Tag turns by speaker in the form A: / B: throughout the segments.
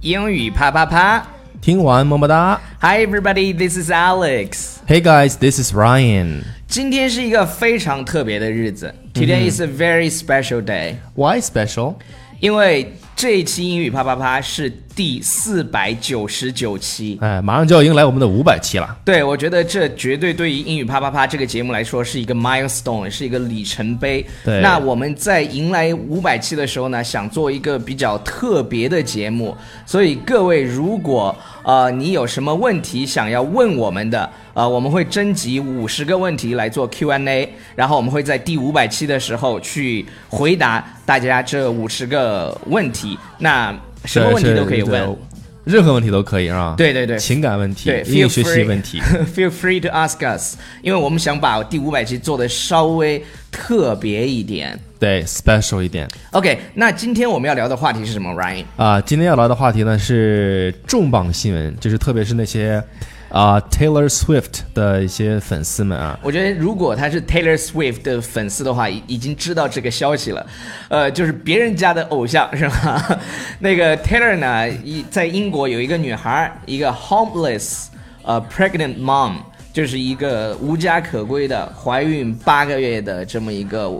A: 英语啪啪啪
B: 听完么么哒。
A: ！Hi everybody, this is Alex。
B: Hey guys, this is Ryan.
A: 今天是一个非常特别的日子，Today is a very special day，、
B: Why special?
A: 因为这一期英语啪啪啪是第四百九十九期。
B: 哎，马上就要迎来我们的五百期了。
A: 对，我觉得这绝对对于英语啪啪啪这个节目来说是一个 milestone，是一个里程碑。
B: 对
A: 那我们在迎来五百期的时候呢，想做一个比较特别的节目，所以各位如果呃你有什么问题想要问我们的，呃，我们会征集五十个问题来做 Q&A，然后我们会在第五百期的时候去回答大家这五十个问题。那什么问题都可以问。，
B: 任何问题都可以啊。
A: 对对对
B: 情感问题
A: 对，
B: 英语
A: feel
B: 学
A: free
B: 习问题。
A: Feel free to ask us，因为我们想把第五百期做的稍微特别一点。
B: 对，special 一点
A: OK，那今天我们要聊的话题是什么，Ryan？
B: 啊、今天要聊的话题呢是重磅新闻，就是特别是那些啊、Taylor Swift 的一些粉丝们啊，
A: 我觉得如果他是 Taylor Swift 的粉丝的话，已已经知道这个消息了。呃，就是别人家的偶像是吧？ 那个 Taylor 呢，一在英国有一个女孩儿，一个 homeless 呃 pregnant mom，就是一个无家可归的怀孕八个月的这么一个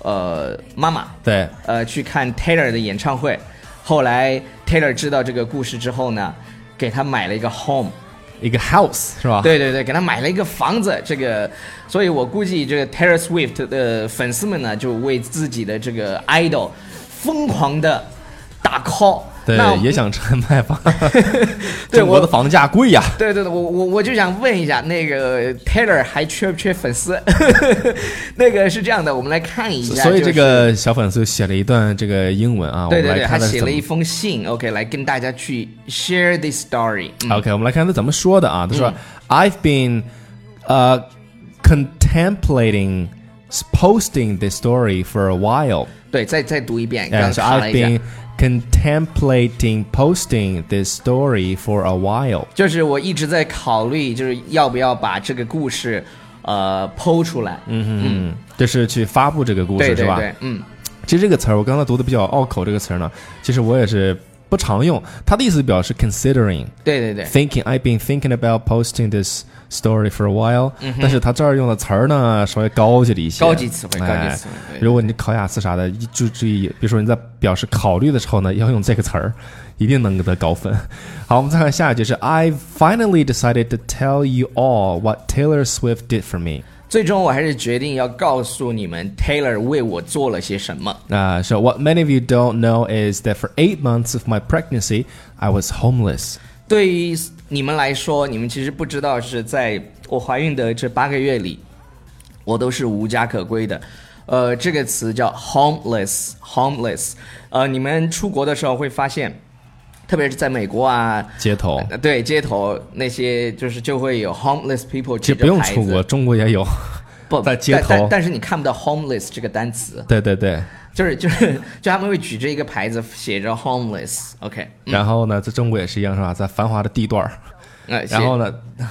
A: 呃妈妈。
B: 对，
A: 呃去看 Taylor 的演唱会。后来 Taylor 知道这个故事之后呢，给他买了一个 home，
B: 一个 house 是吧？，
A: 对对对，给他买了一个房子。这个，所以我估计这个 Taylor Swift 的粉丝们呢，就为自己的这个 idol 疯狂的打 call。那
B: 对，也想趁卖 房。
A: 对
B: 中国
A: 我
B: 的房价贵呀。
A: 对对对，我我我就想问一下，那个 Taylor 还缺不缺粉丝？ 那个是这样的，我们来看一下。
B: 所以
A: 就是
B: 这个小粉丝写了一段这个英文啊，
A: 对
B: 我
A: 对
B: 们
A: 对，
B: 来
A: 他
B: 看他是
A: 写
B: 怎
A: 了
B: 么
A: 一封信，OK，来跟大家去 share this story。嗯
B: OK，我们来看他怎么说的啊。他说、i v e been 呃、contemplating posting this story for a while。”
A: 对，再再读一遍，刚
B: 哎，
A: 刚
B: 是
A: 查了
B: “I've
A: 一下
B: been。contemplating posting this story for a while。
A: 就是我一直在考虑，就是要不要把这个故事，呃，剖出来。嗯，
B: 嗯，就是去发布这个故事
A: 对对
B: 是吧？
A: 对，嗯，
B: 其实这个词儿我刚才读的比较拗口，这个词儿呢，其实我也是不常用。它的意思表示 considering。
A: 对对对，
B: thinking I've been thinking about posting this story for a while，、但是他这儿用的词儿呢稍微高级了一些，
A: Mm-hmm. 高级词汇，高
B: 哎
A: 级词汇。对
B: 如果你考雅思啥的，一就注意，比如说你在表示考虑的时候呢，要用这个词儿，一定能给他高分。 好，我们再看下一句是 I finally decided to tell you all what Taylor Swift did for me。
A: 最终我还是决定要告诉你们，Taylor 为我做了些什么。
B: Uh, so what many of you don't know is that for eight months of my pregnancy, I was homeless.
A: 对于你们来说，你们其实不知道是在我怀孕的这八个月里，我都是无家可归的。呃，这个词叫 homeless，homeless。呃，你们出国的时候会发现，特别是在美国啊，
B: 街头，
A: 呃对街头那些就是就会有 homeless people
B: 其
A: 举
B: 实不
A: 着
B: 用
A: 牌子，
B: 出国，中国也有。
A: 不
B: 在街
A: 但但
B: 头
A: 但是你看不到 homeless 这个单词，
B: 对对对。
A: 就是就是 就他们会举着一个牌子写着 homeless，OK，、
B: 然后呢，在中国也是一样，是吧？在繁华的地段儿，
A: 呃，写
B: 然后呢，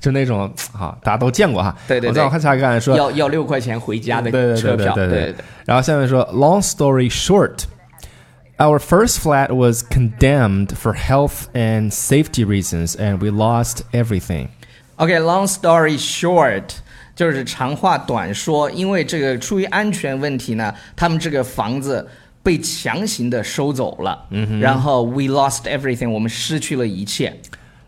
B: 就那种啊，大家都见过哈。
A: 对对对
B: 我再往看下一个案说，
A: 要要六块钱回家的
B: 对对
A: 车
B: 对
A: 票，
B: 对
A: 对对
B: 对。然后下面说，Long story short。Our first flat was condemned for health and safety reasons, and we lost everything.
A: OK，long、story short，就是长话短说，因为这个出于安全问题呢，他们这个房子被强行的收走了，嗯、然后 we lost everything，我们失去了一切，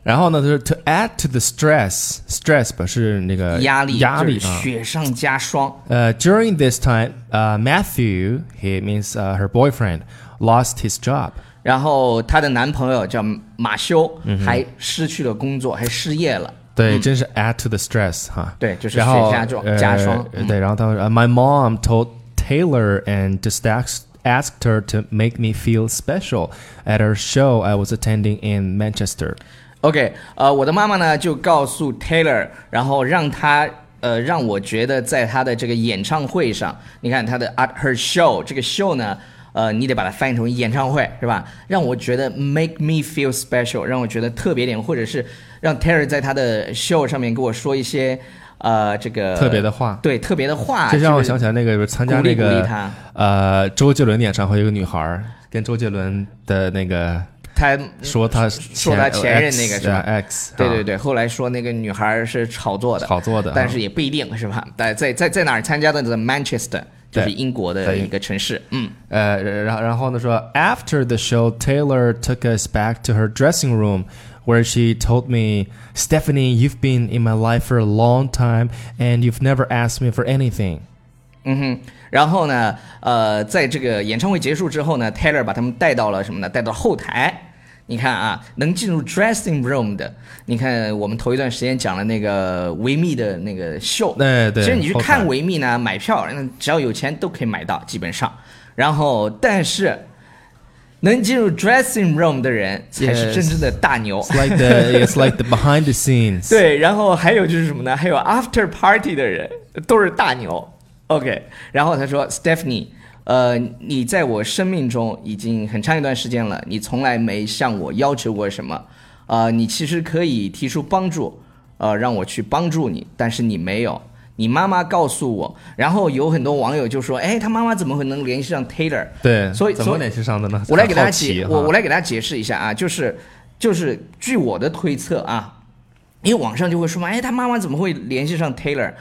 B: 然后呢，就是 to add to the stress, stress 表示那个
A: 压力
B: 压力
A: 就是
B: 啊。
A: 雪上加霜。
B: Uh, during this time, uh, Matthew, he means uh, her boyfriend, lost his job.
A: 然后她的男朋友叫马修，
B: 嗯
A: 还失去了工作，还失业了。
B: 对，真是 add to the stress 哈。
A: 嗯对就是
B: 然后
A: 雪加妆
B: 呃
A: 加霜嗯
B: 对，然后他说呃，My mom told Taylor and just asked asked her to make me feel special at her show I was attending in Manchester。
A: OK，呃，我的妈妈呢就告诉 Taylor，然后让她呃让我觉得在她的这个演唱会上，你看她的 at her show 这个 show 呢，呃，你得把它翻译成演唱会是吧？让我觉得 make me feel special，让我觉得特别点，或者是让 Taylor 在她的 show 上面跟我说一些呃这个
B: 特别的话
A: 对特别的话，
B: 这让我
A: 啊就是
B: 想起来那个参加
A: 鼓励
B: 那
A: 鼓励
B: 个
A: 他
B: 呃周杰伦演唱会，有个女孩儿跟周杰伦的那个
A: 他
B: 说他
A: 说他前任那个是吧
B: X，
A: 对对对，后来说那个女孩是炒作的，
B: 啊炒作的啊
A: 但是也不一定是吧？在在在在哪儿参加的？在 Manchester，就是
B: 对
A: 英国的一个城市。嗯，
B: 呃，然然后呢说，After the show, Taylor took us back to her dressing room, where she told me, Stephanie, you've been in my life for a long time, and you've never asked me for anything.
A: 嗯然后呢，呃，在这个演唱会结束之后呢，Taylor 把他们带到了什么呢？带到后台。你看啊，能进入 dressing room 的，你看我们头一段时间讲了那个维密的那个秀，
B: 哎对
A: 其实你去
B: 后台
A: 看维密呢，买票，嗯只要有钱都可以买到，基本上。然后，但是能进入 dressing room 的人才是
B: Yes
A: 真正的大牛。
B: It's like the it's like the behind the scenes.
A: 对，然后还有就是什么呢？还有 after party 的人都是大牛。OK，然后他说，Stephanie，呃，你在我生命中已经很长一段时间了，你从来没向我要求过什么，呃，你其实可以提出帮助，呃，让我去帮助你，但是你没有。你妈妈告诉我，然后有很多网友就说：“哎，他妈妈怎么会能联系上 Taylor？”
B: 对，
A: 所以
B: 怎么
A: 所以
B: 联系上的呢？
A: 我来给大家
B: 好奇
A: 解，
B: 哈
A: 我我来给大家解释一下啊，就是就是据我的推测啊，因为网上就会说嘛，哎，他妈妈怎么会联系上 Taylor？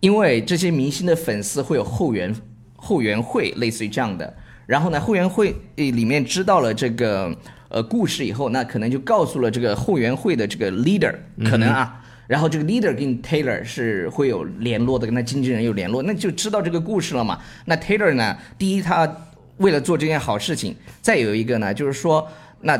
A: 因为这些明星的粉丝会有后援后援会，类似于这样的。然后呢，后援会呃里面知道了这个呃故事以后，那可能就告诉了这个后援会的这个 leader，可能啊。然后这个 leader 跟 Taylor 是会有联络的，跟他经纪人有联络，那就知道这个故事了嘛。那 Taylor 呢，第一他为了做这件好事情，再有一个呢，就是说那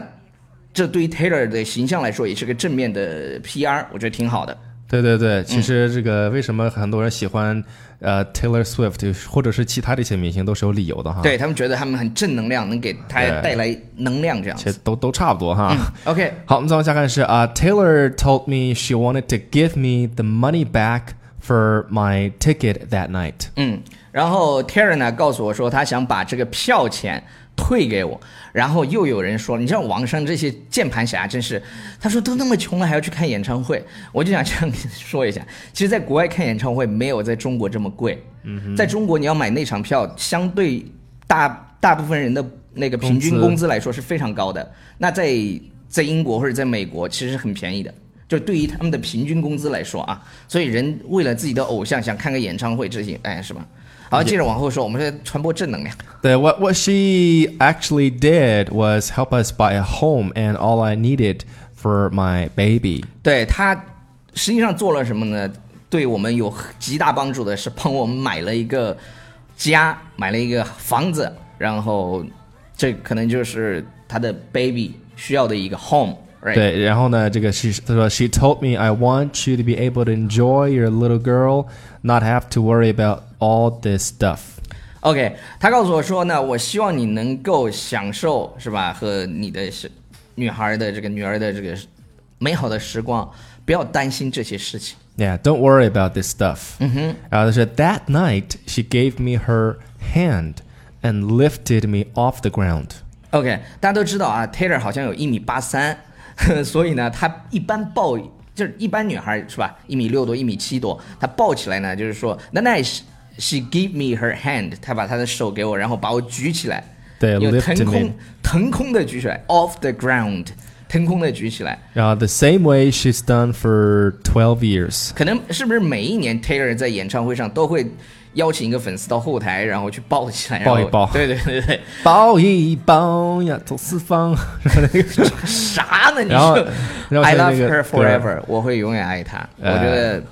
A: 这对于 Taylor 的形象来说也是个正面的 PR，我觉得挺好的。
B: 对对对，其实这个为什么很多人喜欢呃 Taylor Swift 或者是其他的一些明星都是有理由的哈。，
A: 对他们觉得他们很正能量，能给他
B: 啊对
A: 带来能量这样
B: 其
A: 子
B: 实。都都差不多哈。
A: OK，
B: 好，我们再往下看是啊、t a y l o r told me she wanted to give me the money back for my ticket that night。
A: 嗯，然后 Terry 呢告诉我说，他想把这个票钱退给我，然后又有人说，你知道网上这些键盘侠真是，他说都那么穷了还要去看演唱会，我就想这样跟你 说一下，其实，在国外看演唱会没有在中国这么贵，嗯、在中国你要买那场票，相对大大部分人的那个平均
B: 工资
A: 工资来说是非常高的，那在在英国或者在美国其实是很便宜的。就对于他们的平均工资来说啊，所以人为了自己的偶像想看个演唱会，这些哎是吧？好，接着往后说，我们是传播正能量。
B: 对，what what she actually did was help us buy a home and all I needed for my baby。
A: 对他实际上做了什么呢？对我们有极大帮助的是帮我们买了一个家，买了一个房子，然后这可能就是他的 baby 需要的一个 home。Right?
B: 对，然后呢，这个 she 她说 she told me I want you to be able to enjoy your little girl, not have to worry about all this stuff。
A: OK，他告诉我说呢，我希望你能够享受是吧？和你的是女孩的这个女儿的这个美好的时光，不要担心这些事情。
B: Yeah, don't worry about this stuff.
A: Mm-hmm.
B: Uh, she said, that night, she gave me her hand and lifted me off the ground.
A: OK，大家都知道啊，Taylor 好像有一米八三， 所以呢，她一般抱就是一般女孩是吧，一米六多、一米七多，她抱起来呢，就是说，That night she- she gave me her hand，她把她的手给我，然后把我举起来，
B: 对
A: 有腾
B: lifted me
A: 空腾空的举起来，off the ground，腾空的举起来。
B: Uh, the same way she's done for 12 years.
A: 可能是不是每一年 Taylor 在演唱会上都会邀请一个粉丝到后台，然后去抱起来，然后
B: 抱一抱
A: 对对对对， 啥呢？你
B: 然后
A: 说 I
B: 然后还有
A: love
B: 那个
A: her
B: 哎
A: forever，我会永远爱她。我觉得，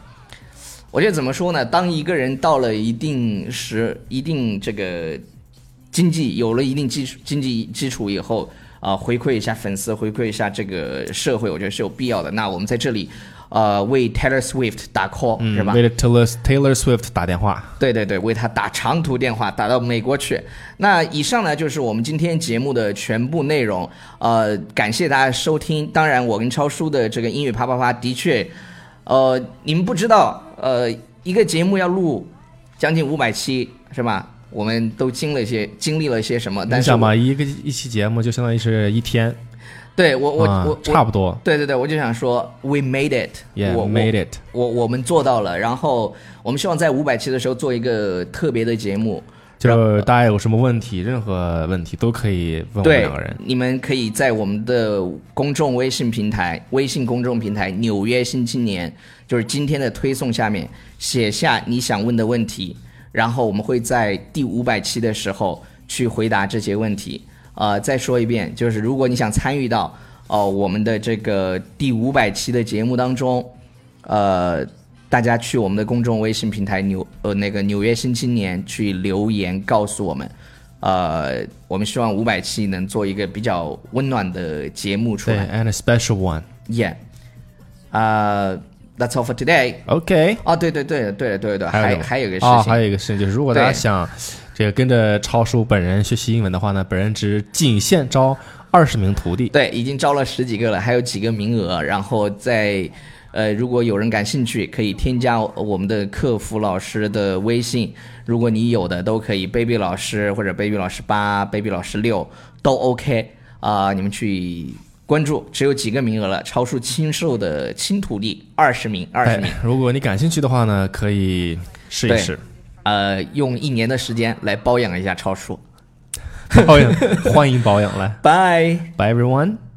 A: 我觉得怎么说呢？当一个人到了一定时、一定这个经济有了一定基础、经济基础以后，啊、回馈一下粉丝，回馈一下这个社会，我觉得是有必要的。那我们在这里，呃，为 Taylor Swift 打 call、是吧？
B: 嗯为了 Mm, Taylor Taylor Swift 打电话。
A: 对对对，为他打长途电话打到美国去。那以上呢就是我们今天节目的全部内容，呃，感谢大家收听。当然，我跟超叔的这个英语啪啪啪的确，呃，你们不知道，呃，一个节目要录将近五百期是吧？我们都经了一些经历了一些什么，但
B: 你
A: 是
B: 想嘛，一个一期节目就相当于是一天，
A: 对我我、
B: 啊
A: 我我
B: 差不多
A: 对对对，我就想说，we made it，
B: ，Yeah
A: 我
B: made it。
A: 我我们做到了，然后我们希望在五百期的时候做一个特别的节目，
B: 就是大家有什么问题，任何问题都可以问我们
A: 对
B: 两个人。，
A: 你们可以在我们的公众微信平台、微信公众平台《纽约新青年》，就是今天的推送下面写下你想问的问题，然后我们会在第五百期的时候去回答这些问题。呃，再说一遍，就是如果你想参与到呃我们的这个第五百期的节目当中，呃，大家去我们的公众微信平台纽呃那个纽约新青年去留言告诉我们，呃，我们希望五百期能做一个比较温暖的节目出
B: 对
A: 来。
B: ，and a special one。
A: Yeah，呃、t h a t s all for today。
B: OK，
A: 哦，对对对对对对，
B: 还
A: 还
B: 有
A: 还有一个事
B: 啊、
A: 情，
B: 还有一个事情就是，如果大家
A: 对
B: 想这个跟着超叔本人学习英文的话呢，本人只仅限招二十名徒弟。
A: 对，已经招了十几个了，还有几个名额，然后在。呃，如果有人感兴趣，可以添加我们的客服老师的微信。如果你有的都可以，baby 老师或者 baby 老师八、baby 老师六都 OK 啊、你们去关注，只有几个名额了，超出清售的新徒弟二十名，二十名
B: 哎。，如果你感兴趣的话呢，可以试一
A: 对
B: 试。
A: 呃，用一年的时间来包养一下超叔。
B: 保养，欢迎保养来。
A: Bye。
B: Bye everyone.